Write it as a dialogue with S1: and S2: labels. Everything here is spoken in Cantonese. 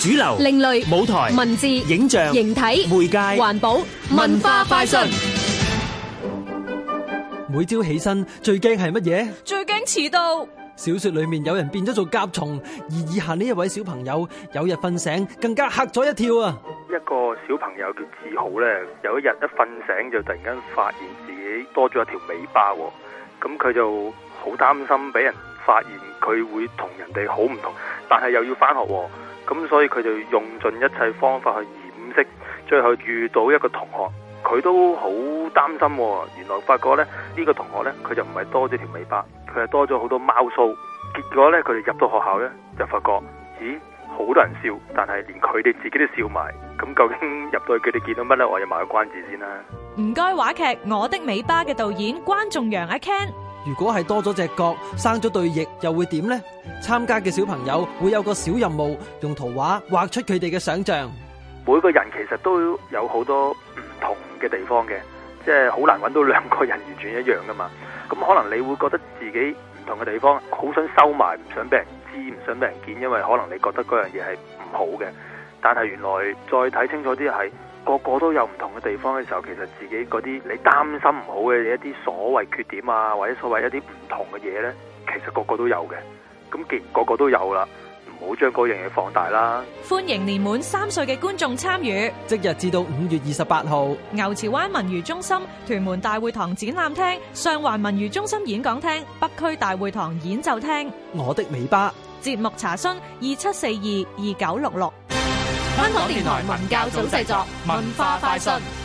S1: 主流、
S2: 另類
S1: 舞台、
S2: 文字、
S1: 影像、
S2: 形體、
S1: 媒介、
S2: 環保、文化快訊。
S3: 每朝起身最驚係乜嘢？
S4: 最驚遲到，
S3: 小說裏面有人變咗做甲蟲，而以下呢一位小朋友有日瞓醒更加嚇咗一跳啊！
S5: 一個小朋友叫志豪呢，有一日一瞓醒就突然間發現自己多咗一條尾巴喎，咁佢就好擔心俾人發現佢會同人哋好唔同，但係又要返學喎，咁所以佢就用盡一切方法去掩飾，最後遇到一個同學，佢都好擔心喎，原來發覺呢，呢個同學呢，佢就唔係多咗條尾巴，佢係多咗好多貓須，結果呢，佢哋入到學校呢，就發覺，咦？好多人笑，但係連佢哋自己都笑埋。咁究竟入到去佢哋見到乜呢？我又賣個關子先啦。
S4: 唔該話劇《我的尾巴》嘅導演關仲陽阿 Ken，
S3: 如果係多咗隻角，生咗對翼，又會點呢？參加嘅小朋友會有個小任務，用圖畫畫出佢哋嘅想像。
S5: 每個人其實都有好多唔同嘅地方嘅，即係好難揾到兩個人完全一樣噶嘛。咁可能你會覺得自己唔同嘅地方好想收埋，唔想俾人知，唔想俾人見，因為可能你覺得嗰樣嘢係唔好嘅。但係原來再睇清楚啲係個個都有唔同嘅地方嘅時候，其實自己嗰啲你擔心唔好嘅一啲所謂缺點啊，或者所謂一啲唔同嘅嘢呢，其實個個都有嘅。咁既然個個都有啦，唔好將嗰樣嘢放大啦。
S4: 歡迎年滿三歲嘅觀眾參與。
S3: 即日至到五月二十八號，
S4: 牛池灣文娛中心、屯門大會堂展覽廳、上環文娛中心演講廳、北區大會堂演奏廳。
S3: 我的尾巴。
S4: 節目查詢二七四二二九六六。
S2: 香港電台文教組製作，文化快訊。